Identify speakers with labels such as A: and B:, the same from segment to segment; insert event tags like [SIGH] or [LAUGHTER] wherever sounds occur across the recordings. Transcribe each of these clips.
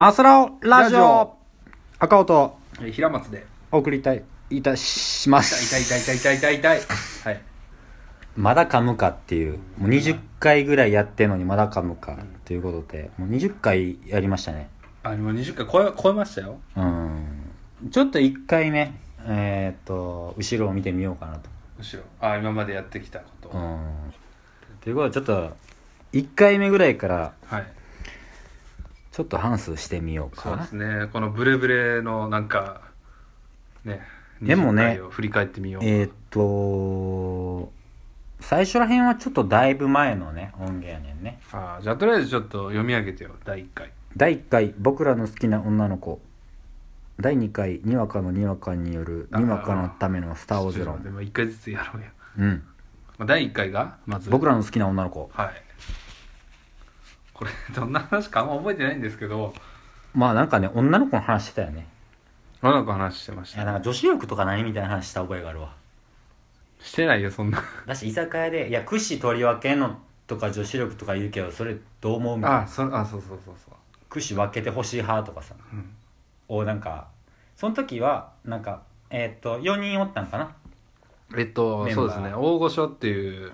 A: アスラオラジ
B: ラジ
A: オ
B: オ
A: 赤尾と
B: えー平松で
A: お送りいたいいたしま
B: 痛い
A: す
B: 痛い痛い痛い痛い痛い痛いはい
A: まだ噛むかっていうもう20回ぐらいやってんのにまだ噛むかということでもう20回やりましたね
B: あもう20回超え超えましたよ
A: うんちょっと1回ねえっ、と後ろを見てみようかなと
B: 後ろあ今までやってきたこと、
A: うんということでちょっと1回目ぐらいから
B: はい
A: ちょっと半数してみよう
B: そうで
A: か
B: すねこのブレブレのなんかね
A: でもね
B: 20回を振り返ってみよう、
A: えっ、と最初らへんはちょっとだいぶ前のね音源やねんね
B: あーじゃあとりあえずちょっと読み上げてよ第1回
A: 第1回「僕らの好きな女の子」第2回「にわかのにわかによる
B: あ
A: にわかのためのスター・オーゼロ
B: で
A: ン
B: も1回ずつやろうや」
A: うん
B: まあ第1回がまず
A: 僕らの好きな女の子
B: はいこれ [LAUGHS] どんな話かあんま覚えてないんですけど
A: まあなんかね女の子の話してたよね
B: 女の子の話してまし
A: いや
B: た
A: なんか女子力とか何みたいな話した覚えがあるわ
B: してないよそんな
A: だし居酒屋で「いや屈指取り分けんの」とか女子力とか言うけどそれどう思うみたい
B: あ
A: な
B: そあそうそうそうそう
A: 屈指分けてほしい派とかさ
B: うん
A: をなんかその時はなんかえーっと4人おったんかな
B: えっと
A: メンバー
B: そうですね大御所っていう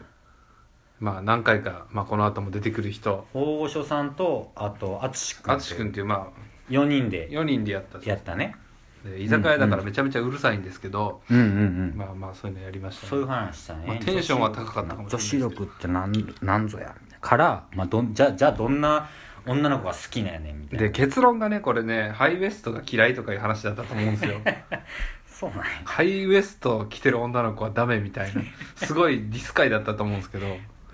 B: まあ何回か、まあ、この後も出てくる人
A: 大御所さんとあと淳君
B: 淳君っていうまあ
A: 4人で
B: 4人でやったんです
A: やったね
B: で居酒屋だか
A: うんう
B: らめちゃめちゃうるさいんですけど、
A: うんうんうん
B: まあまあそういうのやりましたね
A: そういう話したね、
B: まあテンションは高かったかもしれないですけど
A: 女子力ってなんなんぞやみたいなから、まあ、どんじゃじゃあどんな女の子が好きなんやねんみたい
B: で
A: な
B: 結論がねこれねハイウエストが嫌いとかいう話だったと思うんで
A: [LAUGHS]
B: すよ
A: そうなんや
B: ハイウエストを着てる女の子はダメみたいなすごいディス回だったと思うんですけど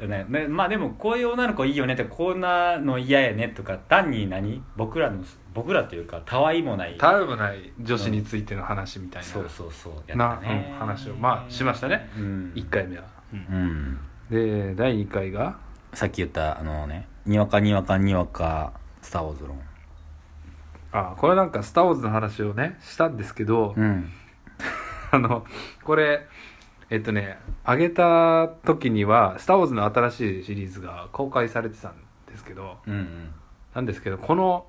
A: ねねまあでもこういう女の子いいよねってこんなの嫌やねとか単に何僕らの僕らというかたわいもない
B: たわいもない女子についての話みたいな、
A: そうそうそうや
B: な
A: ったね
B: うん話をまあしましたね
A: うん
B: 1回目は、
A: うん
B: で第2回が
A: さっき言ったあのねにわかにわかにわかスター・ウォーズ論
B: あこれなんか「スター・ウォーズ」の話をねしたんですけど、
A: うん
B: [LAUGHS] あのこれえっとね上げた時には「スター・ウォーズ」の新しいシリーズが公開されてたんですけど
A: うんうん
B: なんですけどこの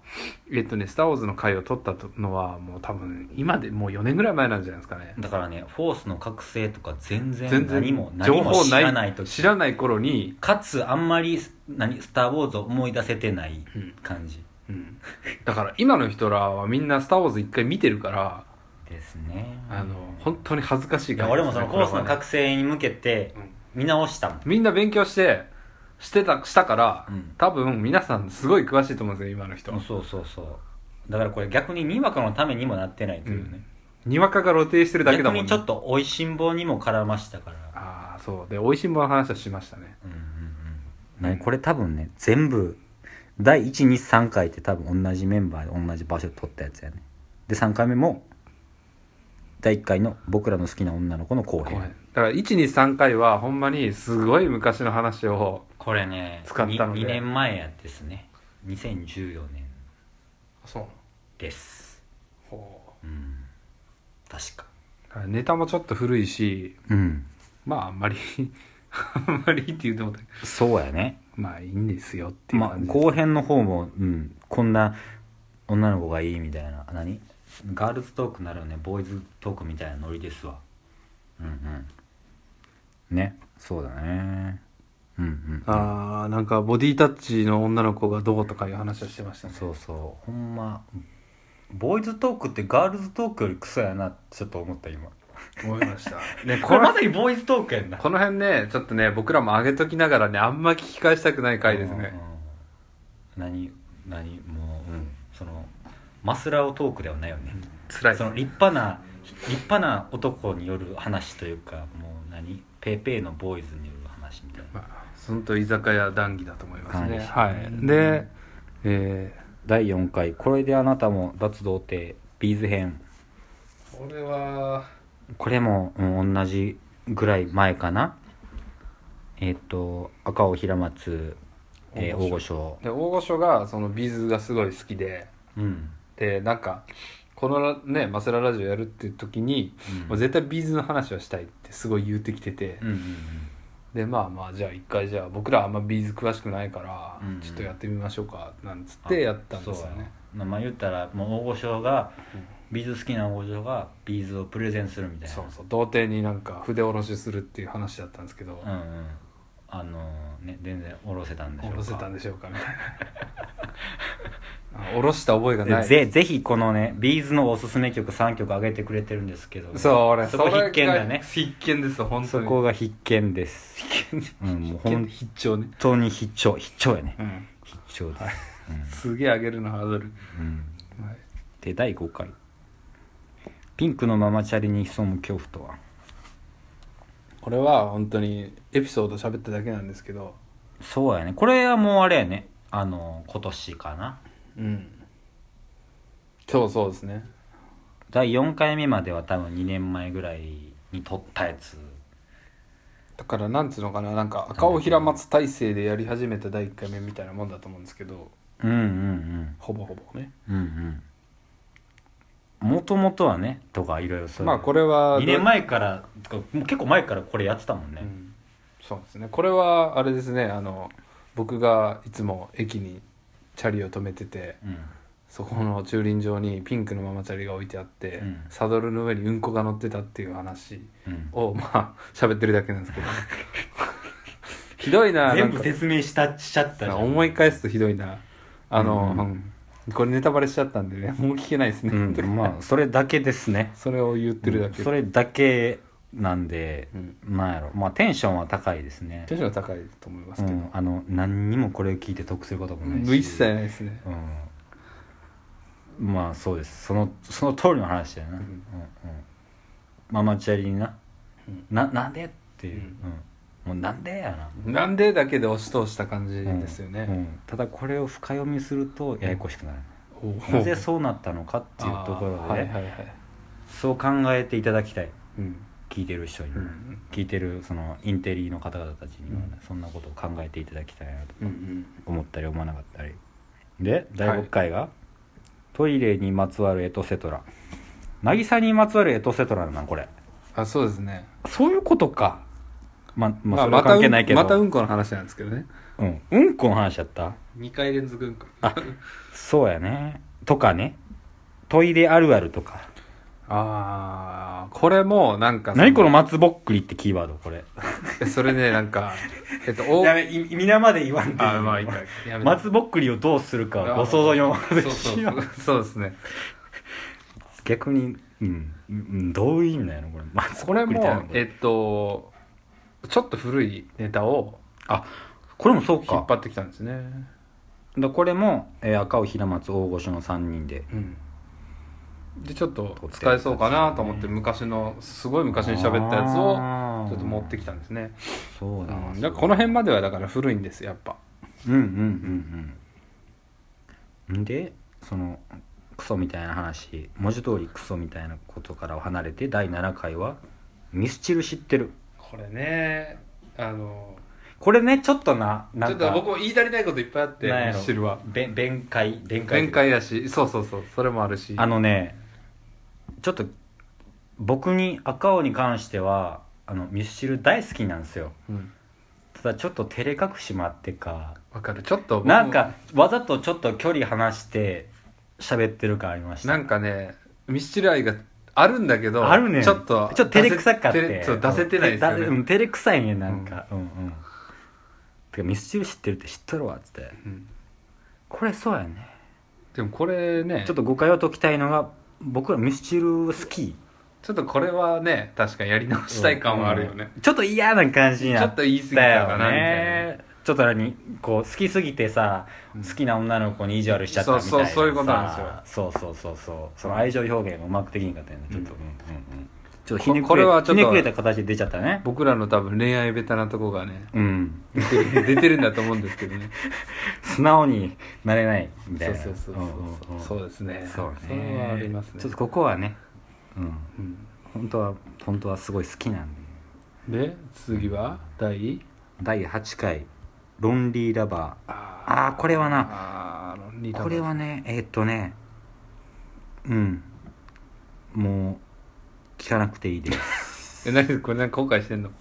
B: えっとね「スター・ウォーズ」の回を撮ったのはもう多分今でもう4年ぐらい前なんじゃないですかね
A: だからねフォースの覚醒とか全然
B: 全然
A: 何も
B: 情
A: 何も
B: 報
A: 知
B: ない
A: らない時
B: 知らない頃に、
A: かつあんまり何「スター・ウォーズ」を思い出せてない感じ
B: うんだから今の人らはみんな「スター・ウォーズ」一回見てるから
A: ですね
B: あの本当に恥ずかしい
A: い
B: か
A: や
B: ら
A: 俺もそのコースの覚醒に向けて
B: うん
A: 見直したもん
B: みんな勉強して、してた、したから、
A: うん
B: 多分皆さんすごい詳しいと思うんですよ、今の人。
A: そうそうそうだからこれ逆ににわかのためにもなってないというね、
B: にわかが露呈してるだけだ
A: 逆
B: も
A: に
B: んね。
A: ちょっとおいしん坊にも絡ましたから
B: ああ、そう。で、美味しんぼの話はしましたね。
A: うんうんうんねこれ多分ね全部第123回って多分同じメンバーで同じ場所で撮ったやつやねで3回目も第1回の「僕らの好きな女の子」の後
B: ごめん
A: 編
B: だから、1、2、3回は、ほんまに、すごい昔の話を、
A: これね
B: 使ったので
A: 2年前やですね2014年
B: そう。
A: です
B: ほ
A: うん確か
B: うだからネタもちょっと古いし、
A: うん
B: まあ、あんまり、 [LAUGHS] あんまりって言うてもうたけど
A: そうやね
B: まあ、いいんですよっていう
A: まあ
B: 感じです。
A: 後編の方も、うん、こんな女の子がいいみたいな何ガールズトークならねボーイズトークみたいなノリですわうんうんねそうだねうんうん
B: ああ、なんか、ボディタッチの女の子がどうとかいう話をしてましたね。
A: そうそうほんまボーイズトークってガールズトークよりクソやなってちょっと思った今
B: 思いました。ね、
A: こ
B: こ
A: れ
B: れ
A: ま、さにボーイズトークやんな
B: この辺ね、ちょっとね、僕らも上げときながらね、あんま聞き返したくない回です
A: うんうん
B: ね。
A: 何何もう、うん、そのマスラオトークではないよね、
B: 辛い
A: その立派な立派な男による話というかもう何ペーペーのボーイズによる話みたいな
B: まあ、本当居酒屋談義だと思いますね。
A: は
B: はいい。で、え
A: 第4回「これであなたも脱童貞ビーズ編
B: ー、これは、」
A: これも、うん同じぐらい前かなえっ、と赤尾平松、えー大
B: 大
A: 御
B: 御
A: 所
B: で、大御所が、そのビーズがすごい好きで、
A: うん、
B: で、なんか、このね、マセララジオやるっていう時に、
A: うん
B: もう絶対ビーズの話をしたいってすごい言うてきてて、
A: うんうん
B: で、まあまあ、じゃあ一回じゃあ、僕らあんまビーズ詳しくないから
A: うんうん、
B: ちょっとやってみましょうか、なんつっ
A: うん
B: てやったんですよ
A: そうや
B: ね。
A: まあまあ言ったらもう大御所がビーズ好きな大御所がビーズをプレゼンするみたいな
B: そうそう童貞になんか筆下ろしするっていう話だったんですけど、
A: うんうんあのね全然下ろせたんでしょう
B: 下
A: か
B: ろせたんでしょうかみたいな [LAUGHS] あ下ろした覚えがない
A: ぜぜひこのねビーズのおすすめ曲3曲上げてくれてるんですけど
B: そう俺
A: そこ
B: れが
A: 必見だね
B: 必見です本当
A: そ
B: に
A: こが必見ですうんもう
B: 必見
A: 本
B: 必聴ね、
A: 当に必聴必聴やね
B: うん、
A: 必聴です、
B: すげえ上げるのハードル、
A: うんうん
B: はい
A: で第5回ピンクのママチャリに潜む恐怖とは
B: これは本当にエピソード喋っただけなんですけど
A: そうやねこれはもうあれやねあの今年かな
B: うん今日そうですね
A: 第4回目までは多分2年前ぐらいに撮ったやつ
B: だからなんつうのかななんか赤尾平松体制でやり始めた第1回目みたいなもんだと思うんですけど
A: うんうん
B: ほぼほぼね
A: うんうんうんもともとはねとかいろいろそう
B: まあこれは
A: 2年前からとかもう結構前からこれやってたもんね、
B: うんそうですねこれはあれですねあの僕がいつも駅にチャリを止めてて
A: うん
B: そこの駐輪場にピンクのママチャリが置いてあって、
A: うん
B: サドルの上にうんこが乗ってたっていう話
A: うん
B: をまあ喋ってるだけなんです
A: [LAUGHS]
B: けどひどいなな
A: 全
B: ん
A: 部
B: か
A: 説明したしちゃったじゃん
B: 思い返すとひどいなあの、
A: うん
B: うんこれネタバレしちゃったんでねもう聞けないですね、
A: うんまあそれだけですね
B: それを言ってるだけ、
A: それだけなんで
B: うん
A: なんやろまあテンションは高いですね
B: テンションが高いと思います
A: う
B: けど、
A: ん、あの何にもこれを聞いて得することもないし
B: 無一切ないですね
A: うん、まあそうですそのその通りの話だよな、
B: う
A: うんんうんママチャリにな,、
B: うん
A: ななんでっていう、う
B: う
A: んんもうなんでやな、
B: なんでだけで押し通した感じですよ
A: うんう
B: ね。
A: んただこれを深読みするとややこしくなる、
B: おう
A: なぜそうなったのかっていうところで、
B: あーはいはいはい。
A: そう考えていただきたい
B: うん。
A: 聞いてる人に、
B: うん
A: 聞いてるそのインテリの方々たちには、
B: うん
A: そんなことを考えていただきたいなと
B: うんうん。
A: 思ったり思わなかったりで第6回が、トイレにまつわるエトセトラ」「渚にまつわるエトセトラ」なんこれ
B: あ、そうですね。
A: そういうことかままあ
B: まあ
A: それは
B: また
A: 関
B: うん
A: 係ないけど、
B: またうんこの話なんですけどね。
A: うん、うんこの話やった
B: 2回連続うんこ。
A: あそうやねとかねトイレあるあるとか
B: あー、これもなんか、
A: 何この松ぼっくりってキーワードこれ
B: のそれね、なんか、えっ
A: [LAUGHS]
B: と、お、あ
A: やめい皆まで言わんでいい
B: ー、まあいいか。やめ
A: [LAUGHS] 松ぼっくりをどうするかはご想像にお任せ
B: そう
A: し
B: そ
A: よう
B: う。そうですね。
A: 逆に、うん、うんどういう意味なのこれ松ぼ
B: こ
A: っ
B: れ
A: くり
B: も
A: って何なの、
B: えっと、ちょっと古いネタを
A: あこれもそう
B: 引っ
A: か
B: 張ってきたんですね。
A: だこれも、えー赤尾平松大御所の3人で
B: うん、でちょっと使えそうかなと思って昔のすごい昔に喋ったやつをちょっと持ってきたんですね、
A: たそうだ,、
B: うん、だからこの辺まではだから古いんですやっぱ
A: うんうんうんうんでそのクソみたいな話文字通りクソみたいなことからは離れて第7回は「ミスチル知ってる
B: これねあの」
A: これねちょっとな
B: ちょ
A: なん
B: っ
A: か
B: と僕も言い足りないこといっぱいあって
A: なんや
B: ミ
A: ろ
B: スチルは
A: べ弁解弁解
B: 弁解やしそうそうそうそれもあるし
A: あのねちょっと僕に赤尾に関してはあのミスチル大好きなんですよ
B: うん
A: ただちょっと照れ隠しもあってか
B: わかるちょっと僕も
A: なんかわざとちょっと距離離して喋ってる感ありました
B: なんかねミスチル愛があるんだけど
A: あるね
B: ちょっと
A: ちょっと照れくさかっ
B: 出せ
A: て
B: てそう出せてないですよね、
A: うん照れくさいねなんかうんうんてかミスチル知ってるって知っとるわっつって
B: うん
A: これそうやね
B: でもこれね
A: ちょっと誤解を解きたいのが僕らミスチル好き
B: ちょっとこれはね確かにやり直したい感はあるよね、
A: ちょっと嫌な感じに
B: ち
A: な
B: ょ
A: っ
B: っと言い過ぎた
A: だよ
B: かなみたいな
A: ねちょっと何こう好きすぎてさ
B: うん
A: 好きな女の子に意地悪しちゃったみたいな
B: そうそうそういうことなん
A: ですよそうそうそうそうその愛情表現がうまくできんかったよねちょっと、
B: う
A: うんんうんうんちょっとひねくれ
B: ここれはちょっと
A: ひねくれた形で出ちゃったね
B: 僕らの多分恋愛ベタなとこがね
A: うん
B: 出て
A: [LAUGHS]
B: る出てるんだと思うんですけどね
A: 素直になれないみた
B: そ
A: いうな
B: そうそうそう
A: そ
B: そううですね
A: そう
B: それはありますね
A: ちょっとここはねうん
B: うん
A: 本当は本当はすごい好きなんで
B: で次は第
A: 第8回「ロンリーラバー」
B: あ
A: ああこれはな
B: あーロンリーラバー
A: これはねえーっとねうんもう聞かなくていいです
B: [LAUGHS] え何これ何後悔してんの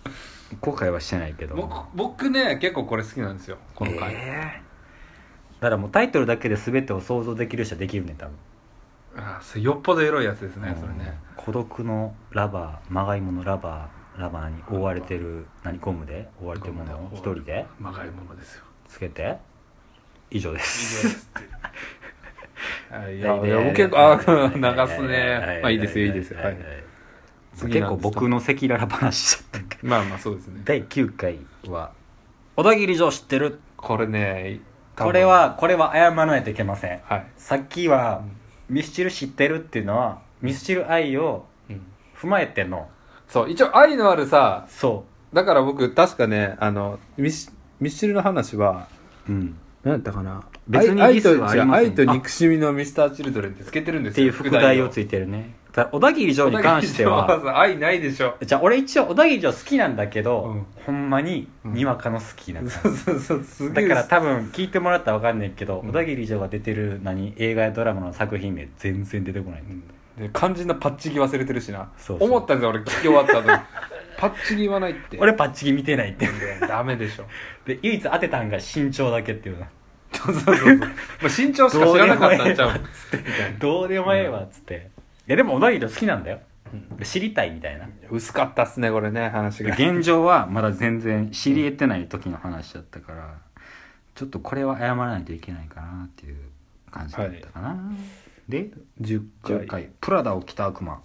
A: 後悔はしてないけど
B: 僕僕ね結構これ好きなんですよこの回、
A: えからもうタイトルだけで全てを想像できる人はできるね多分
B: ああそれよっぽどエロいやつですね、それね
A: うん孤独のラバーまがいものラバーラバーに覆われてる何ゴムで覆われてるものを一人で
B: まがいものですよ
A: つけて以上です
B: 以上ですって
A: [LAUGHS]
B: あいやいや僕結構あー [LAUGHS] 流すねまあいいですよいいですよはい次
A: 結
B: なん
A: 構
B: ですか
A: 僕の赤裸々話しちゃったけど
B: まあまあそうですね
A: 第9回は小田切城知ってる
B: これね多分
A: これはこれは謝らないといけません
B: はい、
A: さっきはミスチル知ってるっていうのはミスチル愛を
B: うん
A: 踏まえての
B: そう一応愛のあるさ
A: そ
B: だから僕確かねあのミシミスチルの話は
A: う、うん、
B: 何やったかな
A: 別に
B: 愛
A: リ
B: 愛
A: ス
B: と
A: はありません
B: 違う愛と憎しみのミスターチルドレンってつけてるんで
A: っ
B: す
A: てい
B: よ
A: う副題をついてるねただ小田切城に関しては
B: 愛ないでしょ
A: じゃあ俺一応小田切城好きなんだけど、
B: うん
A: ほんまに
B: うん
A: にわかの好きなんだ、
B: そうそうそうすげ
A: だ
B: え
A: から多分聞いてもらったらわかんないけど、
B: うん
A: 小田切城が出てる何映画やドラマの作品名全然出てこない、
B: うんで肝心なパッチギ忘れてるしな
A: そうそう
B: 思ったんですよ俺聞き終わった
A: [LAUGHS]
B: 後パッチギ言わないって
A: 俺パッチギ見てないって
B: ダメでしょ
A: で唯一当てたんが身長だけっていうな
B: そうそうそうそう、まあ、身長しか知らなかったんちゃうみたいな
A: どうでもええわっつって、いやでも小田切城好きなんだよ知りたいみたいな
B: 薄かったっすねこれね話が
A: 現状はまだ全然知り得てない時の話だったからちょっとこれは謝らないといけないかなっていう感じだったかな、で
B: 10
A: 10回「プラダを着た悪魔」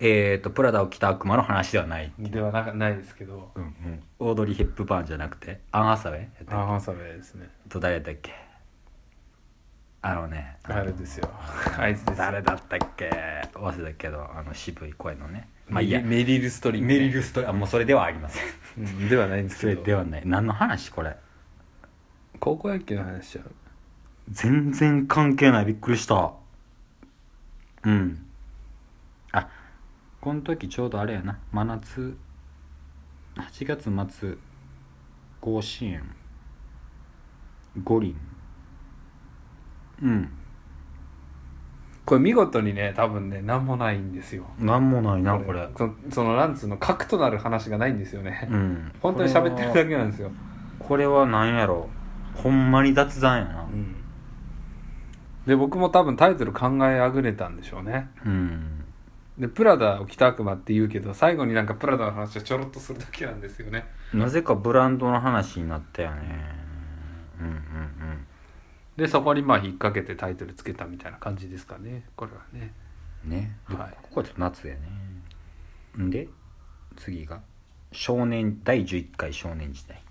A: えっ、ー、と「プラダを着た悪魔」の話ではない、
B: ではなかないですけど
A: うんうん、オードリー・ヘップバーンじゃなくてアン・ハサウェイやったっけ
B: アンハサウェイですね
A: と誰だっけあのね
B: あれですよあいつですよ
A: 誰だったっけ忘れたけどあの渋い声のねまあいいや
B: メリル・ストリープね
A: メリル・ストリあもうそれではありません
B: うんではないんです
A: そ
B: け
A: れ
B: ど
A: ではない何の話これ
B: 高校野球の話しちゃう
A: 全然関係ないびっくりしたうんあこの時ちょうどあれやな真夏8月末甲子園五輪うん
B: これ見事にね多分ね何もないんですよ
A: なんもないなこれ
B: そそのなんつうの核となる話がないんですよね、
A: うん
B: 本当に喋ってるだ
A: け
B: けなんですよ、
A: これは何やろほんまに雑談やな
B: うんで僕も多分タイトル考えあぐねたんでしょうね
A: うん
B: でプラダを着た悪魔って言うけど最後になんかプラダの話をちょろっとするだけなんですよね
A: なぜかブランドの話になったよねうんうんうん
B: でそこにまあ引っ掛けてタイトルつけたみたいな感じですかねこれはね
A: ね、
B: はい
A: ここはちょっと夏やねんで次が少年第11回少年時代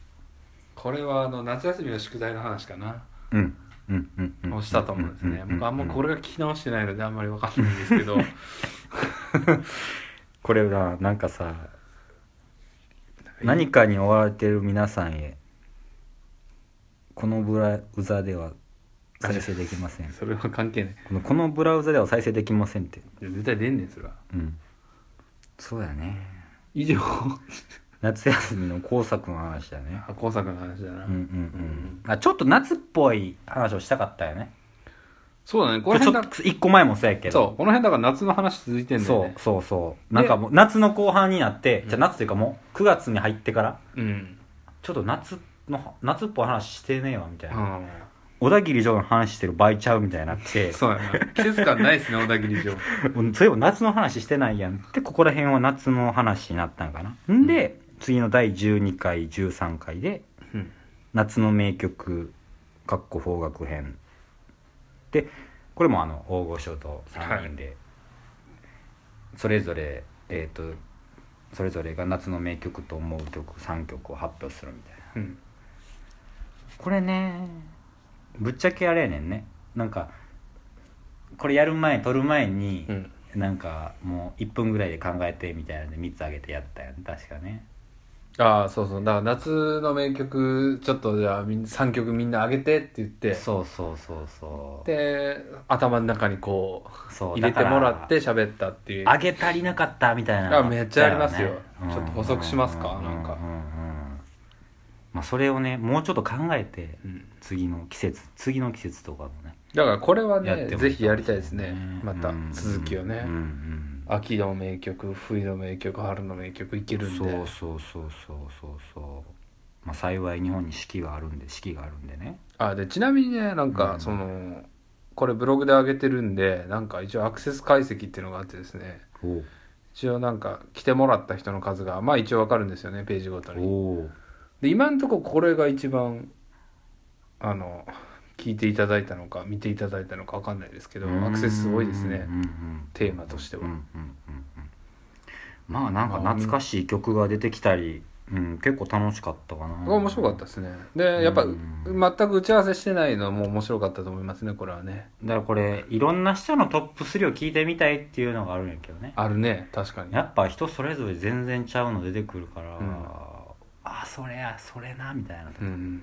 B: これはあの夏休みの宿題の話かな
A: うんうんうんうん
B: をしたと思うんですね
A: ううう
B: 僕あんまこれが聞き直してないのであんまり分かんないんですけ
A: [LAUGHS]
B: ど
A: これがなんかさ何かに追われてる皆さんへこのブラウザでは再生できません
B: それは関係ない
A: このこのブラウザでは再生できませんって
B: いや絶対出んねんそれは
A: うんそうだね
B: 以上
A: 夏休みの工作の話だね
B: 工作の話だな、
A: うんうんうんあちょっと夏っぽい話をしたかったよね
B: そうだねこ
A: こ
B: の
A: れちょ
B: 辺
A: っと
B: だ
A: 1個前もそうやけ
B: そ
A: ど
B: うこの辺だから夏の話続いてんだよ
A: そう
B: ね
A: そうそうなんかもう夏の後半になって
B: うん
A: じゃあ夏というかもう9月に入ってから
B: うん、
A: ちょっと夏の夏っぽい話してねえわみたいな、
B: うん、
A: 小田切城の話してる場合ちゃうみたいになって
B: そうやな季節感ないっすね小田切城
A: うんそういえば夏の話してないやんってここら辺は夏の話になったんかなんで、次の第12回13回で
B: うん
A: 夏の名曲かっこ邦楽編でこれもあの大御所と3人で、それぞれえっ、とそれぞれが夏の名曲と思う曲3曲を発表するみたいな
B: うん
A: これねぶっちゃけあれやねんねなんかこれやる前撮る前に、
B: うん
A: なんかもう1分ぐらいで考えてみたいなので3つあげてやったよね確かね
B: ああそうそうだから夏の名曲ちょっとじゃあみん3曲みんな上げてって言って
A: そうそうそうそう
B: で頭の中にこう
A: そう
B: 入れてもら
A: だ
B: っ
A: か
B: て喋ったっていう
A: あげ足りなかったみたいな
B: あめっちゃありますよ
A: うん
B: ちょっと補足しますか
A: う
B: なんか
A: ううんまあ、それをねもうちょっと考えて
B: うん
A: 次の季節次の季節とかもね
B: だからこれは
A: やって
B: ね
A: も
B: ぜひやりたいですねまた
A: うん
B: 続きをね、
A: うんうん
B: 秋の名曲冬の名曲春の名曲いけるんで
A: そうそうそうそうそうそうまあ、幸い日本に四季があるんで四季があるんでね
B: あでちなみにねなん
A: う
B: か
A: ん
B: その、これブログで上げてるんでなんか一応アクセス解析っていうのがあってですね
A: お
B: 一応なんか来てもらった人の数がまあ一応わかるんですよねページごと
A: お
B: に
A: お
B: で今んとここれが一番あの聞いていただいたのか見ていただいたのかわかんないですけどアクセスすごいですね
A: うんうんうん
B: テーマとしては
A: うんうんうんうんまあなんか懐かしい曲が出てきたり、うん、結構楽しかったかな
B: これ面白かったですねでやっぱ、
A: うん
B: 全く打ち合わせしてないのも面白かったと思いますねこれはね
A: だからこれいろんな人のトップ3を聞いてみたいっていうのがあるんやけどね
B: あるね確かに
A: やっぱ人それぞれ全然ちゃうの出てくるから、
B: うん
A: あそれやそれなみたいな、
B: うん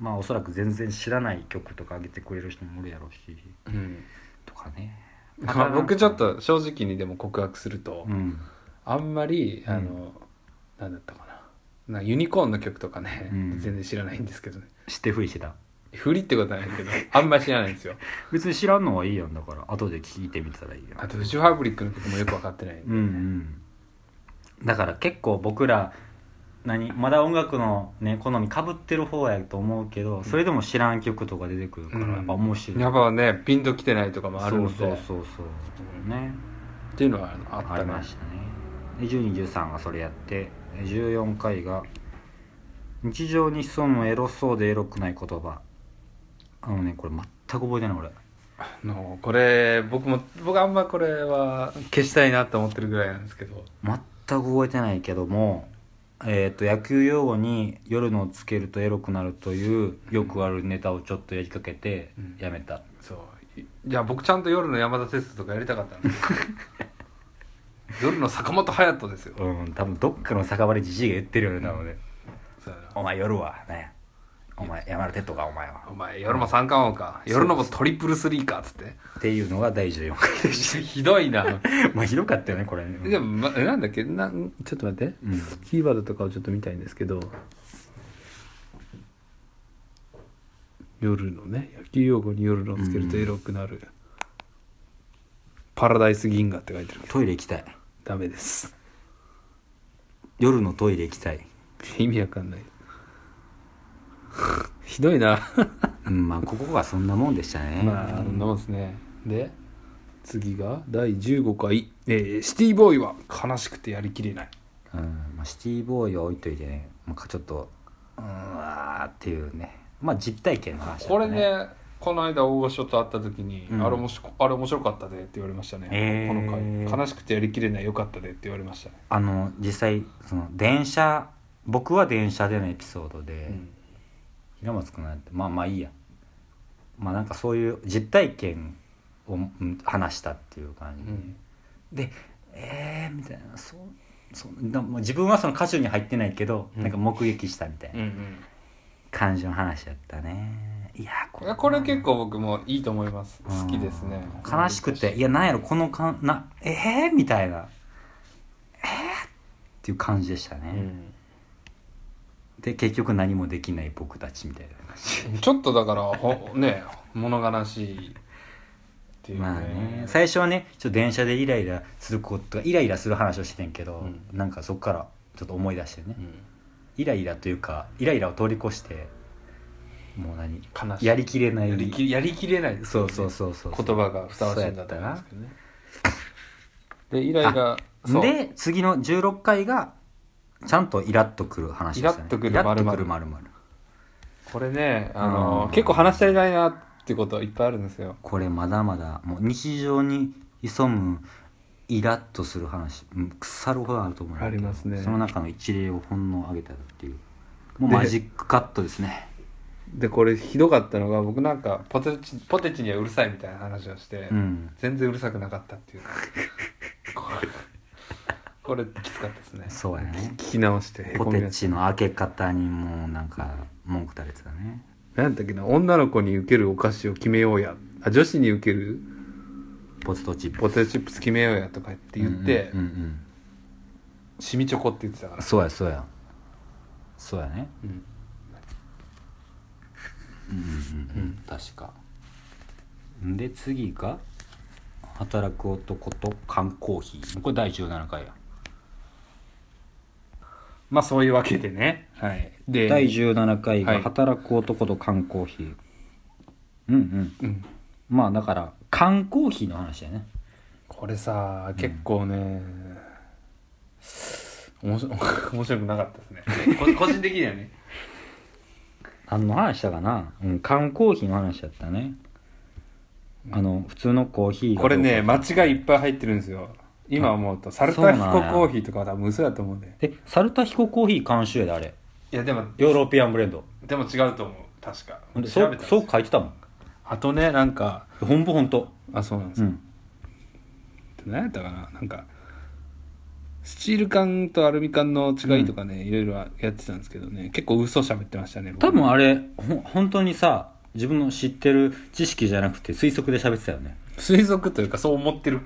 A: まあおそらく全然知らない曲とか上げてくれる人もおるやろうし
B: うん
A: とかね
B: まあ僕ちょっと正直にでも告白すると、
A: うん
B: あんまり
A: うん
B: あの、なんだったかななんかユニコーンの曲とかね、
A: うん
B: 全然知らないんですけどね
A: 知ってふりしてた
B: 振りってことはないですけどあんまり知らないんですよ
A: 別に知らんのはいいやんだから後で聞いてみてたらいいやん
B: あとフジファブリックの曲もよく分かってないんで、
A: うんうん、だから結構僕ら何まだ音楽の、ね、好みかぶってる方やと思うけどそれでも知らん曲とか出てくるから
B: うん
A: やっぱ面白い、
B: やっぱねピンときてないとかもあるので
A: そうそうそうそう、ね
B: っていうのはあのあっ
A: あ
B: た
A: り
B: ね
A: ましたねで1213がそれやって14回が「日常に潜むエロそうでエロくない言葉」あのねこれ全く覚えてない俺
B: あのこれ僕も僕あんまこれは消したいなと思ってるぐらいなんですけど
A: 全く覚えてないけども、えー、と野球用語に「夜のをつけるとエロくなる」というよくあるネタをちょっとやりかけて
B: うん
A: やめた、
B: そういいや僕ちゃんと夜の山田哲人とかやりたかったんですよ夜の坂本勇人ですよ
A: うん多分どっかの酒場でじじいが言ってるよね多分ね
B: そうやな
A: 「お前夜はねお前山田テッドかお前は
B: お前夜も三冠王か夜のもトリプルスリーかっつって」
A: っていうのが第14回
B: ひどいな
A: [LAUGHS] まあひどかったよねこれね
B: でも、ま、なんだっけなんちょっと待って、
A: うん
B: キーワードとかをちょっと見たいんですけど夜のね野球用語に夜のつけるとエロくなる、パラダイス銀河って書いてるけど
A: トイレ行きたい
B: ダメです
A: 夜のトイレ行きたい
B: 意味わかんない [LAUGHS] ひどいな
A: うんまあここがそんなもんでしたね、
B: まあそんなもんですねで次が第15回、えーシティボーイは悲しくてやりきれない」
A: うんまあ、シティボーイを置いといてね、まあ、ちょっとうーんわーっていうねまあ実体験の話、
B: これねこの間大御所と会った時に、
A: うん
B: あれ面白あれ面白かったでって言われましたね、
A: え
B: こ
A: ー
B: の回悲しくてやりきれないよかったでって言われましたね、
A: あの実際その電車僕は電車でのエピソードで、
B: うん
A: 平松君なんてまあまあいいやまあなんかそういう実体験をうん話したっていう感じ、で「えー」みたいなそうそうなまあ自分はその歌手に入ってないけど、
B: うん
A: なんか目撃したみたい
B: うん
A: な感じの話やったねいや
B: いやこれ結構僕もいいと思います好きですね
A: うん悲しくていやなんやろこのかんなええみたいなええっていう感じでした
B: う
A: ね、
B: ん
A: で結局何もできない僕たちみたいな感じ
B: ちょっとだからほね物悲しいっていうね,、
A: まあね最初はねちょっと電車でイライラすることイライラする話をしてんけど、
B: うん
A: なんかそっからちょっと思い出してね、
B: うん
A: イライラというかイライラを通り越してもう何
B: 悲しい
A: やりきれない
B: やりきやりきれないです
A: そ
B: よ
A: う
B: ね
A: そうそうそう
B: 言葉がふさわしいんだと思うんですけどねでイライラそう
A: で次の16回がちゃんとイラッとくる話でしたね
B: イラッとくる
A: イラッとくる
B: 〇
A: 〇〇
B: これねあの
A: うん
B: 結構話し足りないなってこといっぱいあるんですよ
A: これまだまだもう日常に潜むイラッとする話うん腐るほどあると思うんだけど
B: ありますね
A: その中の一例をほんの挙げたっていうもう
B: で
A: マジックカットですね
B: でこれひどかったのが僕なんかポテチポテチにはうるさいみたいな話をして、
A: うん
B: 全然うるさくなかった [LAUGHS] っていうこれこれきつかったですね
A: そうやね
B: 聞き直してへ
A: ポ
B: こみ
A: テ
B: まし
A: チの開け方にもうなんか文句垂れてたね
B: たなんだっけな女の子に受けるお菓子を決めようやあ女子に受ける
A: ポテトチップ
B: ポテチチップス決めようやとかって言って、
A: うんうんうん
B: シミチョコって言ってたか
A: うん
B: ら、
A: そうやそうやそうやね
B: うん
A: うんうんうん、確かで次が「働く男と缶コーヒー」これ第17回や
B: まあそういうわけでね。はい。で、
A: 第17回
B: は
A: が「
B: い
A: 働く男と缶コーヒー」うんうん
B: うん。
A: まあだから缶コーヒーの話だよね
B: これさ、結構ね、面白 [LAUGHS] 面白くなかったですね。こ個人的にはね。
A: 何の話したかな、うん、缶コーヒーの話だったねあの普通のコーヒーが
B: これね、
A: どう
B: 間
A: か
B: 違いいっぱい入ってるんですよ。今思うと、サルタヒココーヒーとかは多分嘘だと思うんで。
A: えサルタヒココーヒー監修やであれ
B: いや、でも、
A: ヨーロピアンブレンド
B: でも違うと思う。確か。
A: ほんで
B: 調
A: そ
B: べ
A: う
B: たんです
A: そう書いてたもん
B: あとね、なんか、
A: ほんとほんと
B: あ、そうなんです
A: うん
B: 何やったかななんかスチール缶とアルミ缶の違いとかね、いろいろやってたんですけどね結構嘘喋ってましたね僕
A: 多
B: [LAUGHS]
A: 分あれほん本当にさ自分の知ってる知識じゃなくて推測で喋ってたよね
B: 推測というかそう思ってる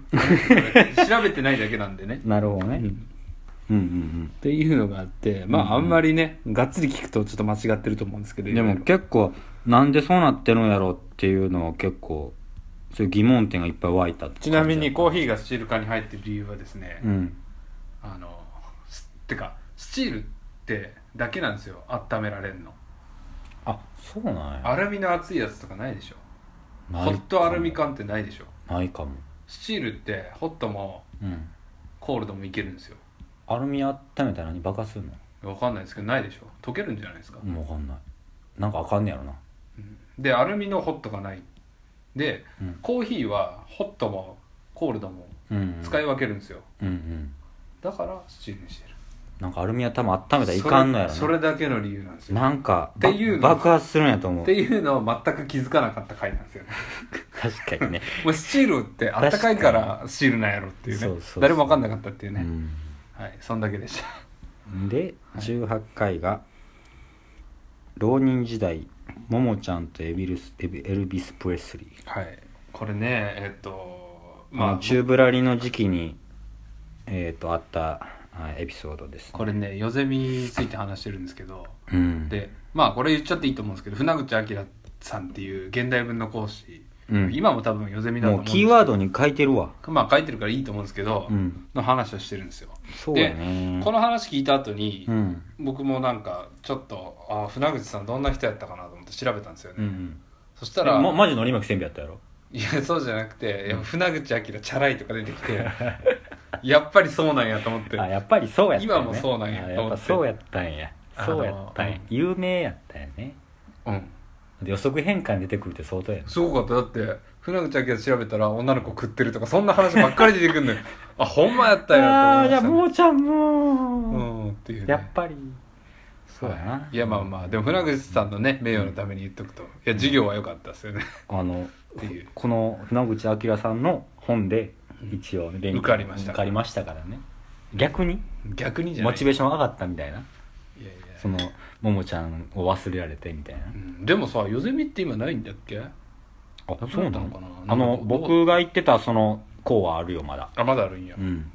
B: [LAUGHS] 調べてないだけなんでね、
A: なるほどね、う
B: う
A: んん、うん
B: っていうのがあってまああんまりね、がっつり聞くとちょっと間違ってると思うんですけ
A: う
B: ど
A: んで
B: い
A: も
B: ろいろ
A: 結構なんでそうなってるんやろうっていうのを結構そういう疑問点がいっぱい湧いたって
B: ちなみにコー
A: ヒ
B: ヒーがスチール缶に入ってる理由はですね、
A: うん
B: あのすてかスチールってだけなんですよ温められるの
A: あそうなんや
B: アルミの熱いやつとかないでしょ
A: ない
B: ホ
A: かも
B: ットアルミ缶ってないでしょ
A: ないかも
B: スチールってホットも
A: うん
B: コールドもいけるんですよ
A: アルミ温めたら何爆発するの
B: わかんないですけどないでしょ溶けるんじゃないですか、
A: うんわかんないなんかあかんねやろな
B: でアルミのホットがないで、
A: うん
B: コーヒーはホットもコールドも
A: うん
B: 使い分けるんですよ、
A: うんうん
B: だからスチールにしてる
A: なんかアルミは多分温めたらいかんのやろな
B: それそれだけの理由なんですよ
A: なんか
B: っていうの
A: ば爆発するんやと思
B: っ
A: う
B: ていうのを全く気づかなかった回なんですよね [LAUGHS]
A: 確かにね
B: もうスチールってあったかいからスチールなんやろっていうね
A: そうそうそう
B: 誰も分かんなかったっていうね、
A: う
B: はいそんだけでした [LAUGHS]
A: んで18回が浪人時代ももちゃんとエビルスエビエルビス・プレスリー、
B: はいこれねえっと
A: まあ、チューブラリの時期に、えー、とあったあエピソードです、
B: これねヨゼミについて話してるんですけど
A: うん、
B: でまあこれ言っちゃっていいと思うんですけど船口明さんっていう現代文の講師、
A: うん
B: 今も多分ヨゼミだと
A: も
B: 思う
A: うん
B: ですけ
A: キ
B: ど
A: ーワードに書いてるわ
B: まあ書いてるからいいと思うんですけど、
A: うん
B: の話をしてるんですよ
A: そうやね
B: この話聞いた後に、
A: うん
B: 僕もなんかちょっとああ船口さんどんな人やったかなと思って調べたんですよね、
A: うん
B: そしたら、
A: ま、マジのりまきせんべいやったやろ
B: いやそうじゃなくていや船口明チャラいとか出てき [LAUGHS] てやっぱりそうなんやと思って
A: あやっぱりそうやったんやね
B: 今もそうなんや
A: あやっぱそうやったんや
B: あの
A: そうやったん
B: う
A: や
B: ん
A: 有名やったんやね
B: うん
A: で予測変換出てくるって相当やね
B: すごかっただって船口明調べたら女の子食ってるとかそんな話ばっかり出てくるのよあほんまやったよ
A: ああーじゃあ
B: と思い
A: も
B: ま
A: うちゃん
B: した
A: もう、
B: うんっていう、ね、
A: やっぱりそうやな、
B: いやまあまあでも船口さんのね名誉のために言っとくといや授業は良かったですよね
A: あの
B: っていう
A: この船口明さんの本で
B: うん
A: 一応勉強
B: 受かりました
A: 受かりましたからね逆に
B: 逆にじゃない
A: モチベーション上がったみたいない
B: やいや
A: そのももちゃんを忘れられてみたいな
B: うんでもさヨゼミって今ないんだっけ
A: あ
B: くなったのかな
A: あ
B: なん
A: の
B: かどう
A: 僕が行ってたその校はあるよまだ
B: あまだあるんや
A: うん、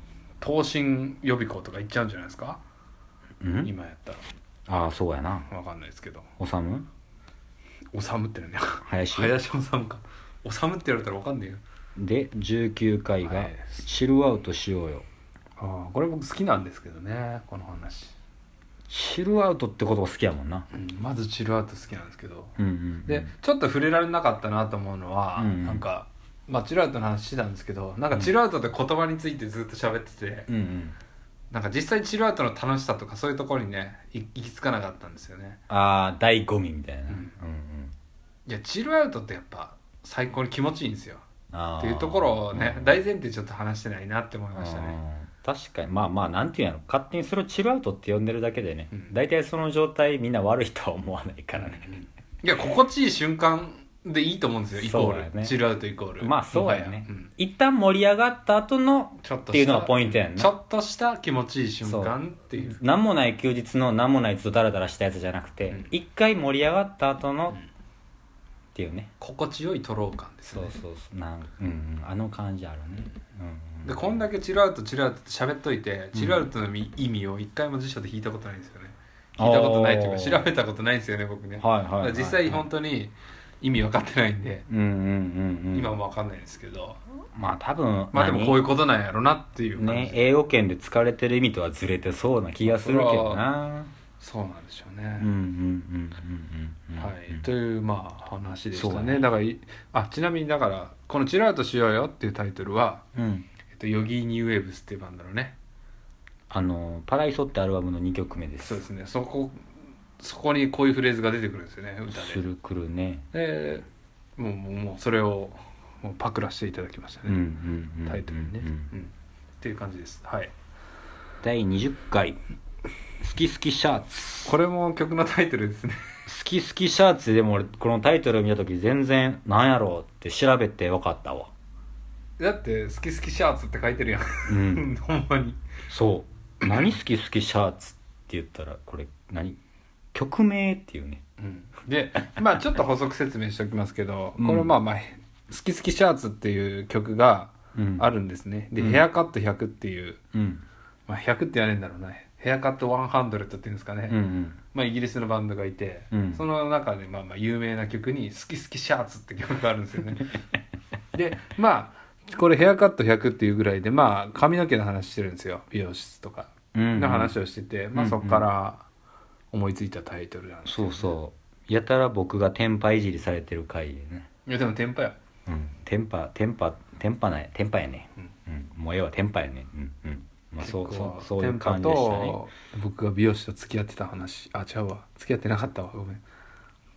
B: 東進予備校とか行っちゃうんじゃないですか
A: うん、
B: 今やったら
A: ああそうやな
B: わかんないですけど
A: おさむ
B: おさむってなんだよ
A: 林
B: 林修かおさむって言われたらわかんないよ
A: で19回
B: は
A: が
B: い
A: 「シルアウトしようよ」
B: ああこれ僕好きなんですけどねこの話、
A: シルアウトって言葉好きやもんな
B: うんまずチルアウト好きなんですけど
A: うんうんうん
B: でちょっと触れられなかったなと思うのは、
A: うん
B: なんか、まあ、チルアウトの話してたんですけどなんかチルアウトって言葉についてずっと喋ってて、
A: うんうん
B: なんか実際チルアウトの楽しさとかそういうところにねい行き着かなかったんですよね
A: ああ醍醐味みたいな、
B: うん
A: うんうん
B: いやチルアウトってやっぱ最高に気持ちいいんですよ
A: あー
B: っていうところをね、
A: うん
B: 大前提ちょっと話してないなって思いましたね
A: あー確かにまあまあなんていうの勝手にそれをチルアウトって呼んでるだけでね、
B: うん
A: 大体その状態みんな悪いとは思わないからね、
B: いや心地いい瞬間でいいと思うんですよイコ
A: そうだ
B: ー
A: よ
B: ル、
A: ね
B: チルアウトイコール
A: まあそうや
B: もは
A: ね、
B: うん
A: 一旦盛り上がった後の
B: ちょっ
A: っ
B: とした
A: ていうのがポイントやんな
B: ちょっとした気持ちいい瞬間っていう
A: 何もない休日の何もないずっとダラダラしたやつじゃなくて、
B: うん
A: 一回盛り上がった後の、
B: うん
A: っていうね
B: 心地よいトロー感です
A: そ
B: よ
A: う
B: ね
A: そうそうなん、うんうん、あの感じあるね、うんうん、
B: でこんだけチルアウトチルアウトって喋っといて、チルアウトのみ意味を一回も辞書で引いたことないんですよね聞いたことないという
A: あ
B: か
A: ー
B: 調べたことないんですよね僕ね
A: はいはいはいはい
B: 実際本当に意味分かってないんで、
A: うんうんうんうん
B: 今も分かんないですけど
A: まあ多分
B: まあでもこういう
A: こ
B: ことなんやろなっていう感
A: ね
B: じ、
A: 英語圏で使われてる意味とはずれてそうな気がするけどな
B: そうなんでしょう
A: う
B: ね
A: んうん、うんうんうんうん
B: はい、というまあ話でし
A: そ
B: た
A: う
B: ね
A: ね
B: だからいあちなみにだからこの「チルアウトしようよ」っていうタイトルは、
A: うん
B: えっと、ヨギーニューウェーブスっていうバンドのね
A: あの「パライソ」ってアルバムの2曲目です
B: そうですねそこそこにこういうフレーズが出てくるんですよね歌
A: するくるね
B: ででもうもうもうそれをもうパクらしていただきました
A: うん
B: ね、
A: うんうん
B: タイトルにね、
A: うんうん
B: うんっていう感じですはい
A: 第20回「好き好きシャーツ」
B: これも曲のタイトルですね [LAUGHS]
A: 好き好きシャーツでも俺このタイトル見た時全然なんやろうって調べて分かったわ
B: だって「好き好きシャーツ」って書いてるやん
A: うん
B: [LAUGHS] ほんまに
A: そう何好き好きシャーツって言ったらこれ何曲名っていうね
B: でまあちょっと補足説明しておきますけど、
A: うん
B: これまあまあ「好き好きシャーツ」っていう曲が
A: うん
B: あるんですね、で
A: うん
B: ヘアカット100」っていう、
A: うん
B: まあ、100って言わねえんだろうなヘアカット100って言うんですかね、
A: うん
B: まあ、イギリスのバンドがいて、
A: うん
B: その中でまあまあ有名な曲に「好き好きシャーツ」って曲があるんですよね [LAUGHS] でまあこれヘアカット100っていうぐらいでまあ髪の毛の話してるんですよ美容室とか
A: うん
B: の話
A: を
B: をしてて、まあ
A: うん
B: そこから思いついたタイトルなんですよ
A: そうそうやたら僕がテンパいじりされてる回でね
B: いやでもテンパや
A: うんテンパテンパテンパないテンパやね
B: うん
A: うんもうええわテンパやねうんうんまあそう
B: 結構
A: そうそういう感じでしたね
B: テンパと僕が美容師と付き合ってた話あ違うわ付き合ってなかったわごめん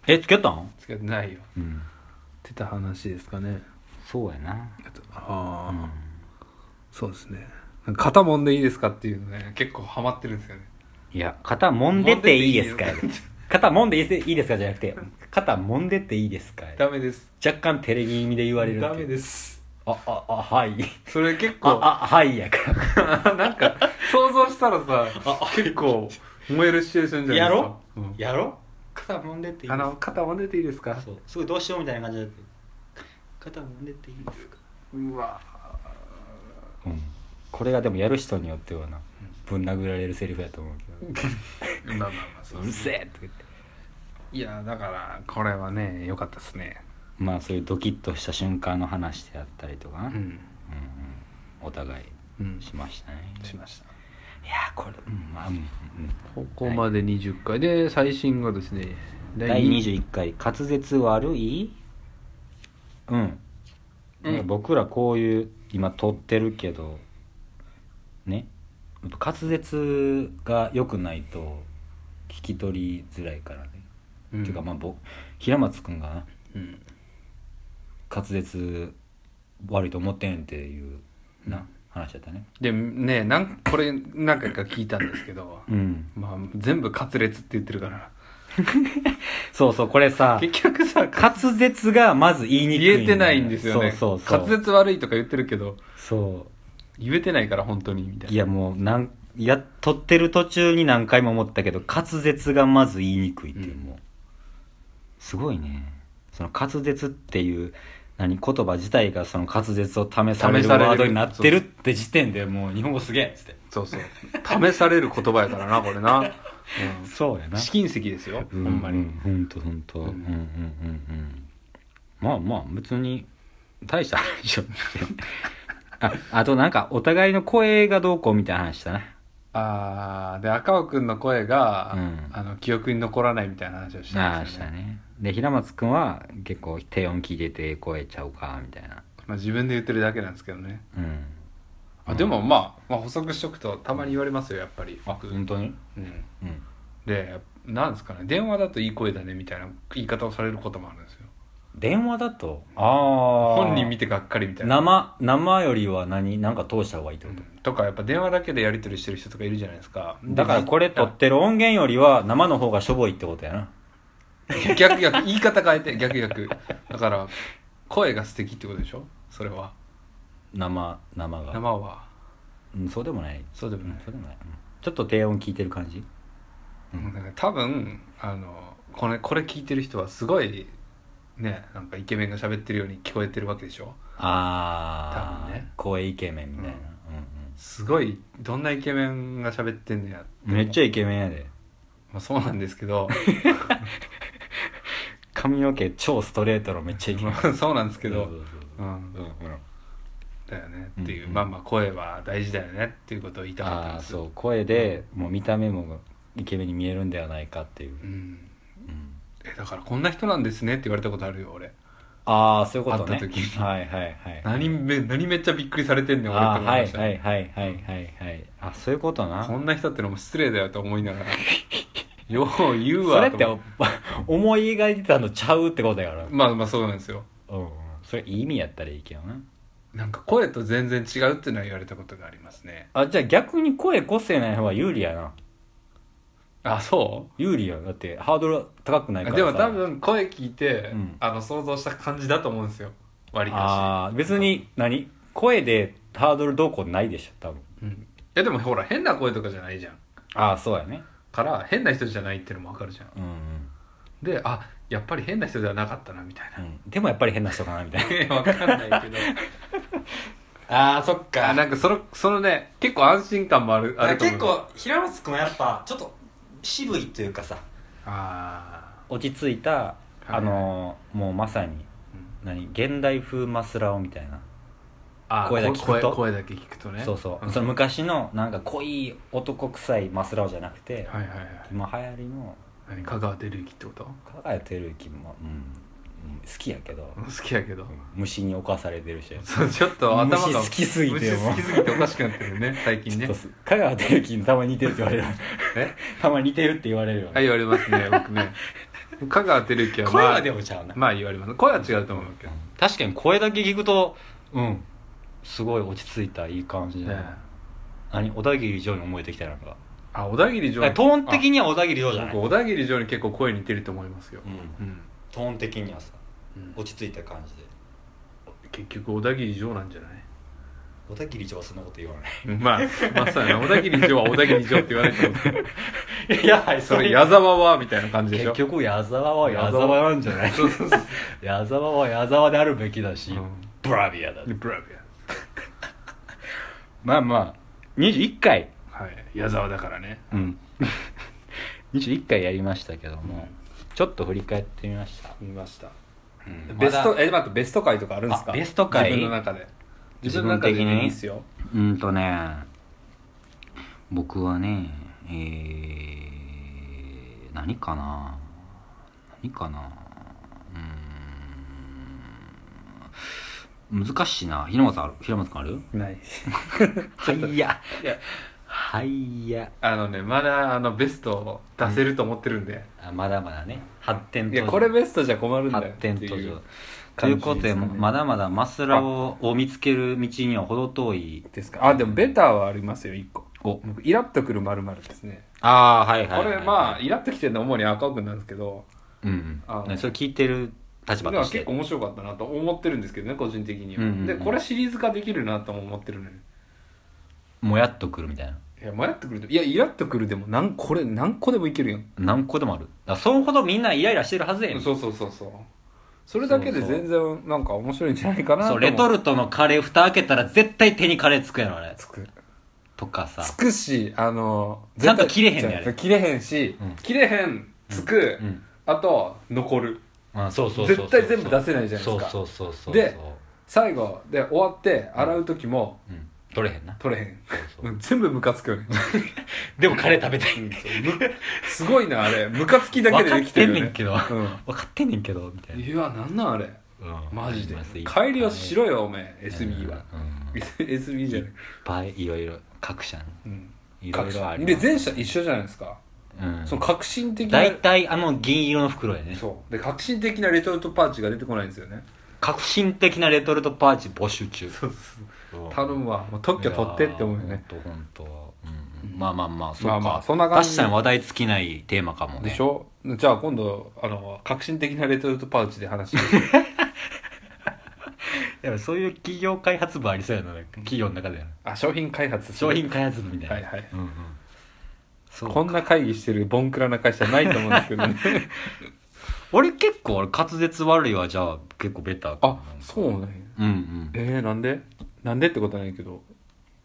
A: えつけたん
B: 付き合ってないよ
A: うん
B: ってた話ですかね
A: そうやな
B: あとあ
A: う
B: ー、
A: ん
B: そうですねなんか肩もんでいいですかっていうのね結構ハマってるんですよね
A: いや肩揉んでていいですかよ肩揉んでいいですいいですかじゃなくて肩揉んでていいですかよ
B: ダメです
A: 若干テレビ気味で言われるっていう
B: ダメです
A: あああはい
B: それ結構
A: ああはいやから
B: [LAUGHS] なんか想像したらさ結構燃えるシチュエーションじゃないで
A: [LAUGHS] や
B: すか
A: ろ
B: うん
A: やろ肩揉んでていい
B: あ
A: です
B: の
A: か
B: 肩もんでていいですか
A: そうすごいどうしようみたいな感じで肩揉んでていいですか
B: うわ
A: うんこれがでもやる人によってはなぶん殴られるセリフやと思うけ
B: まあまあまあそ
A: ど
B: う
A: うるせえとか言って
B: いやだからこれはね良かったですね
A: まあそういうドキッとした瞬間の話であったりとかな、
B: う
A: うんうん
B: ん
A: お互い
B: うん
A: しましたね
B: しました
A: いやーこれうんまあうんうん
B: ここまで20回で最新がですね
A: 第
B: 二
A: 21回「滑舌悪い?」うん、
B: うん
A: 僕らこういう今撮ってるけどねやっぱ滑舌が良くないと聞き取りづらいからね、
B: うん
A: っていうかまあ僕平松君がな
B: うん
A: 滑舌悪いと思ってんっていうな話だったね
B: でねなんこれ何回か聞いたんですけど
A: うん
B: まあ全部滑裂って言ってるから
A: そうそうこれさ
B: 結局さ
A: 滑舌がまず言いにくい
B: 言えてないんですよね
A: そうそうそう
B: 滑舌悪いとか言ってるけど
A: そう
B: 言えてないから本当にみたいない
A: やもうなんや撮ってる途中に何回も思ったけど滑舌がまず言いにくいっていう、
B: うん
A: もうすごいねその滑舌っていう何言葉自体がその滑舌を試され
B: 試
A: る
B: される
A: ワードになってるって時点でもう日本語すげえっつって
B: そうそう試される言葉やからなこれな、
A: そうや
B: うん、
A: な
B: 試金石ですよ、
A: うん
B: ほんま
A: う
B: に
A: んほんとほんと、
B: うん
A: うん、うんうんうんまあまあ別に大した話じゃなくて [LAUGHS] ああとなんかお互いの声がどうこうみたいな話だな
B: あーで赤尾君の声が、
A: うん
B: あの記憶に残らないみたいな話をした
A: あ
B: ん
A: あ
B: で
A: し
B: すよ
A: た
B: ね
A: ねで平松くんは結構低音聞いてて声ちゃうかみたいな
B: まあ、自分で言ってるだけなんですけどね
A: うん
B: あでもまあ、まあ、補足しとくとたまに言われますよやっぱり僕
A: 本当に
B: うん
A: うん
B: でなんですかね電話だといい声だねみたいな言い方をされることもあるんですよ
A: 電話だとああ
B: 本人見
A: て
B: てがっかりみたいな
A: 生生よりは何なんか通した方がいいって
B: う
A: こと、
B: んとかやっぱ電話だけでやり取りしてる人とかいるじゃないですか
A: だからこれ撮ってる音源よりは生の方がしょぼいってことやな
B: 逆逆言い方変えて逆逆だから声が素敵ってことでしょそれは
A: 生生が
B: 生は
A: うん、そうでもない
B: そうで
A: う
B: もない
A: ん、そうでもない、うんちょっと低音聞いてる感じうん
B: なんか多分あのこれこれ聞いてる人はすごいねなんかイケメンが喋ってるように聞こえてるわけでしょ
A: あ
B: 多
A: あ、
B: 分ね
A: 声イケメンみたいな、
B: うん
A: う
B: すごいどんなイケメンが喋ってんのや
A: んうん、めっちゃイケメンやで
B: まあ、そうなんですけど
A: 髪の毛超ストレートのめっちゃイケメン
B: まあ [LAUGHS] そうなんですけ
A: そう
B: ど、
A: そう
B: う、
A: そうんうんうん
B: だよねっていう、
A: うんうん
B: まあまあ声は大事だよねっていうことを言いたかった
A: あ
B: ん
A: あ
B: です
A: そう声でもう見た目もイケメンに見えるんではないかっていう、
B: う
A: う
B: ん、
A: ん
B: えだからこんな人なんですねって言われたことあるよ俺
A: ああそういうことね
B: 会った時に
A: はいはいはい
B: 何め何めっちゃびっくりされてんねん俺
A: あ
B: って
A: ー
B: 思い
A: は
B: ま
A: い
B: した、
A: はいはいはいはいはいあそういうことな
B: こんな人ってのも失礼だよと思い
A: [LAUGHS]
B: ながらよう言うわ
A: それって
B: と思
A: お思い描いてたのちゃうってことやから
B: まあまあそうなんですよ
A: うんうんそれいい意味やったらいいけどな
B: なんか声と全然違うっていうのは言われたことがありますね
A: あじゃあ逆に声個性ない方が有利やな
B: あそ
A: 有利やだってハードル高くな
B: う
A: いから
B: で
A: さ
B: も多分声聞いて、
A: うん
B: あの想像した感じだと思うんですよ割か
A: ああ別に何声でハードルどうこうないでしょ多分
B: し、うん、えでもほら変な声とかじゃないじゃん
A: ああそうやね
B: から変な人じゃないってのもわかるじゃん
A: うんうん
B: であやっぱり変な人ではなかったなみたいな
A: うんでもやっぱり変な人かなみたい
B: えわかんない [LAUGHS] けど
A: なあーそっ
B: あなんかそのそのね結構安心感もあるあると思う
A: 平松君はやっぱちょっと渋いというかさ
B: あ
A: 落ち着いた
B: いはい
A: あのーもうまさに
B: うん
A: 何現代風マスラオみたいな
B: あ
A: 声だけ聞くと
B: 声声だけ聞くとね
A: そうそう、
B: ん
A: その昔のなんか濃い男臭いマスラオじゃなくて、
B: はいはいはい
A: 今流行りの
B: 何香川照之ってこと
A: 加賀谷照之も、うんうん好きやけど、
B: うん好きやけど
A: 虫に侵されてるし、
B: そうちょっと頭が
A: 虫好きすぎて
B: 虫
A: も
B: 好きすぎておかしくなってるよね最近
A: ちょっ
B: ね
A: とす香川照之にたまに似てるって言われる
B: え
A: たまに似てるって言われるよ
B: は
A: ね、
B: い言われますね僕ね香川照之はま
A: 声
B: あ
A: はでもちゃうな、
B: まあ言われます声は違うと思うけど
A: 確かに声だけ聞くとうんすごい落ち着いたいい感じだ
B: ね
A: な、何小田切城に思えてきたなんか
B: あ小田切
A: ト
B: 城
A: ーン的には小田切城じゃ
B: あ
A: ない、
B: 僕小田切城に結構声似てると思いますよ
A: うん
B: うん
A: トーン的にはさ
B: うん
A: 落ち着いた感じで
B: 結局小田切城なん [LAUGHS] じゃない
A: 小田切城はそんなこと言わない
B: まあまさに小田切城は小田切城って言われても
A: [LAUGHS]
B: [LAUGHS]
A: いやはい
B: それ矢沢はみたいな感じでしょ
A: 結局矢沢は矢沢なんじゃない
B: そうそうそう、
A: [LAUGHS] 矢沢は矢沢であるべきだし、
B: [LAUGHS] う
A: ブラビアだ
B: ん、ブラビ
A: まあまあ21回
B: アはい矢沢だからね
A: うん [LAUGHS] 21回やりましたけども、ちょっと振り返ってみました、
B: 見ました
A: うん
B: ベス
A: ま
B: ト
A: だ
B: え待ってベスト回とかあるんですか
A: あベスト回
B: 自分の中で
A: 自
B: 自
A: 分
B: 分の中で
A: 的に
B: いいっすよ
A: うんとね僕はねえー、何かな何かなうーん難しいな平松さんある平松君ある [LAUGHS]
B: ない
A: はいや
B: いや
A: はいや
B: あのねまだあのベストを出せると思ってるんで、
A: あまだまだね発展
B: い
A: 途上
B: やこれベストじゃ困るんだよ
A: 発
B: って
A: 展途
B: い
A: 上
B: う
A: ということで
B: 感じですかね
A: まだまだマスラをを見つける道には程遠い
B: ですかあでもベターはありますよ1個
A: お
B: 僕イラッとくるまるですね
A: ああはいはい、
B: こ
A: はい、
B: れまあイラッときてるのは主に赤尾君なんですけど
A: うん
B: あ
A: うん、それ聞いてる立場
B: だから
A: として
B: 結構面白かったなと思ってるんですけどね個人的には、
A: うんうんうん
B: でこれシリーズ化できるなとも思ってるのに
A: もやっとくるみたいない
B: や迷ってくるでいやイラッとくるでもなんこれ何個でもいけるやん、
A: 何個でもあるだからそのほどみんなイライラしてるはずやねん
B: そうそうそうそうそれだけで全然なんか面白いんじゃないかなと
A: そ
B: 思
A: うレトルトのカレー蓋開けたら絶対手にカレーつくやろあれ
B: つく
A: とかさ
B: つくしあの
A: ちゃんと切れへんねん
B: 絶対
A: あれ
B: 切れへんし、
A: うん
B: 切れへんつく、
A: うん
B: あと残る
A: あそうそうそうそう
B: 絶対全部出せないじゃないですか
A: そうそうそうそう
B: で最後で終わって洗う時も
A: うん、取れへんな
B: 取れへん
A: そうそう
B: うん全部ムカつくよね
A: でもカレー食べたい
B: すごいなあれムカつきだけでできてるよ
A: 分
B: ね
A: かってんねんけ分かってんねんけどみた
B: う
A: い
B: ん、
A: ない
B: やなんなんあれ
A: うん
B: マジで
A: あります
B: 帰りをしろよおめえ
A: いっぱい
B: SB は [LAUGHS]
A: うんうんいっ
B: SB じゃない、
A: ぱいいろいろ各社ね
B: うん、
A: いろいろあり
B: で
A: ます
B: 全社一緒じゃないですか、
A: うん
B: その革新的な
A: 大体あの銀色の袋やね
B: そうで革新的なレトルトパーチが出てこないんですよね
A: 革新的なレトルトパーチ募集中うん
B: 頼むわもう特許取ってって思うよね
A: いやーほんとほんとうんうんまあまあまあそうか、
B: まあまあそんな感じ
A: 確かに話題尽きないテーマかもね
B: でしょじゃあ今度あの革新的なレトルトパウチで話して
A: [LAUGHS] でもそういう企業開発部ありそうやななんか企業の中で
B: あ商品開発
A: 商品開
B: [LAUGHS]
A: 発部みたいな
B: はいはい
A: うんうんそう
B: こんな会議してるボンクラな会社ないと思うんですけどね
A: 俺結構俺滑舌悪いはじゃあ結構ベターか
B: [LAUGHS] あそうなんや
A: うんうん
B: えー、なんでなんでってことないけど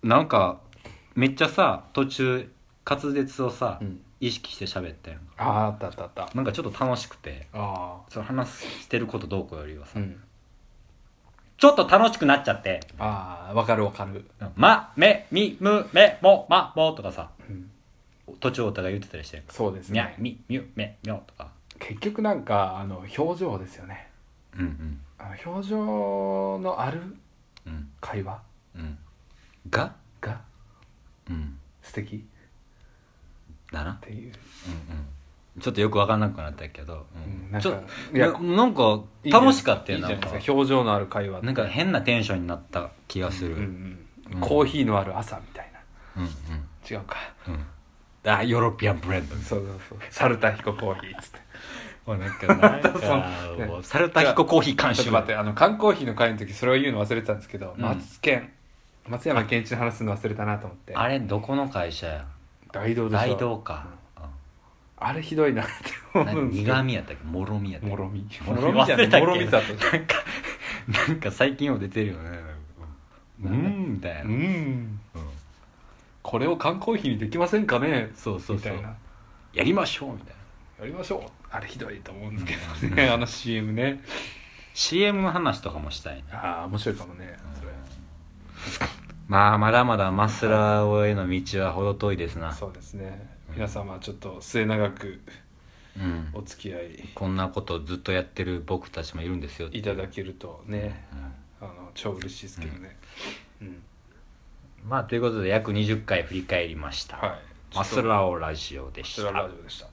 A: なんかめっちゃさ途中滑舌をさ、
B: うん
A: 意識して喋ったやんか
B: あああったあったあった
A: なんかちょっと楽しくて
B: あ
A: その話してることどうこうよりは
B: あう
A: さ、
B: ん
A: ちょっと楽しくなっちゃって
B: ああわかるわかる
A: 「まめみむめもまも」とかさ
B: うん
A: 途中お互い言ってたりしてる
B: そうです
A: にゃ
B: ね
A: みみゅめみょ」とか
B: 結局なんかあの表情ですよね
A: うんうん
B: あの表情のある
A: うん
B: 会話
A: うんが
B: が
A: うん
B: 素敵っ
A: だな
B: ていう、
A: うんうんちょっとよく分かんなくなったけど、う
B: うんなん
A: ちょ
B: かい
A: い
B: や
A: やなんか
B: いいじゃない
A: 楽しかったよ
B: いいじゃな
A: な
B: い
A: ん
B: で
A: か
B: すか表情のある会話って
A: なんか変なテンションになった気がする、
B: う
A: うん、
B: んう、
A: うんん
B: コーヒーのある朝みたいな
A: うん
B: 違うか
A: うんあヨーロピアンブレンド
B: そうそうそうサルタヒココーヒーっつって
A: もうなんかなん [LAUGHS] か
B: そう
A: もうサルタヒココーヒー監
B: ちょっ
A: 修
B: と待ってあの缶コーヒーの会の時それを言うの忘れてたんですけど、
A: うん
B: 松健松山健一の話するの忘れたなと思って
A: あれどこの会社や
B: 大道でしょ
A: 大道か、
B: あれひどいなって
A: うん
B: 思
A: な
B: うんん
A: か
B: ですけど
A: 苦味やったっけもろみやったっ
B: も
A: け
B: ろみ
A: もろみ
B: もろみじゃな
A: 忘
B: い
A: れたっけ
B: もろみだと
A: なんかなんか最近も出てるよねう
B: なんだ
A: んみたいうな、
B: ん
A: うん
B: これを缶コーヒーにできませんかね
A: そうそうそう
B: みたいな
A: やりましょうみたいな
B: やりましょうあれひどいと思うんですけどね、あの CM ね
A: CM の話とかもしたいね
B: ああ面白いかもねそれ
A: まあまだまだマスラーへの道は程遠いですな
B: そうですね皆様ちょっと末永く
A: うん
B: お付き合い
A: こんなことずっとやってる僕たちもいるんですよ
B: いただけるとね
A: うん
B: あの超嬉しいですけどね、うん
A: まあということで約20回振り返りました、
B: はい
A: マス
B: ちょっ
A: ラオラジオでし
B: とマスラ
A: た
B: ラジオでした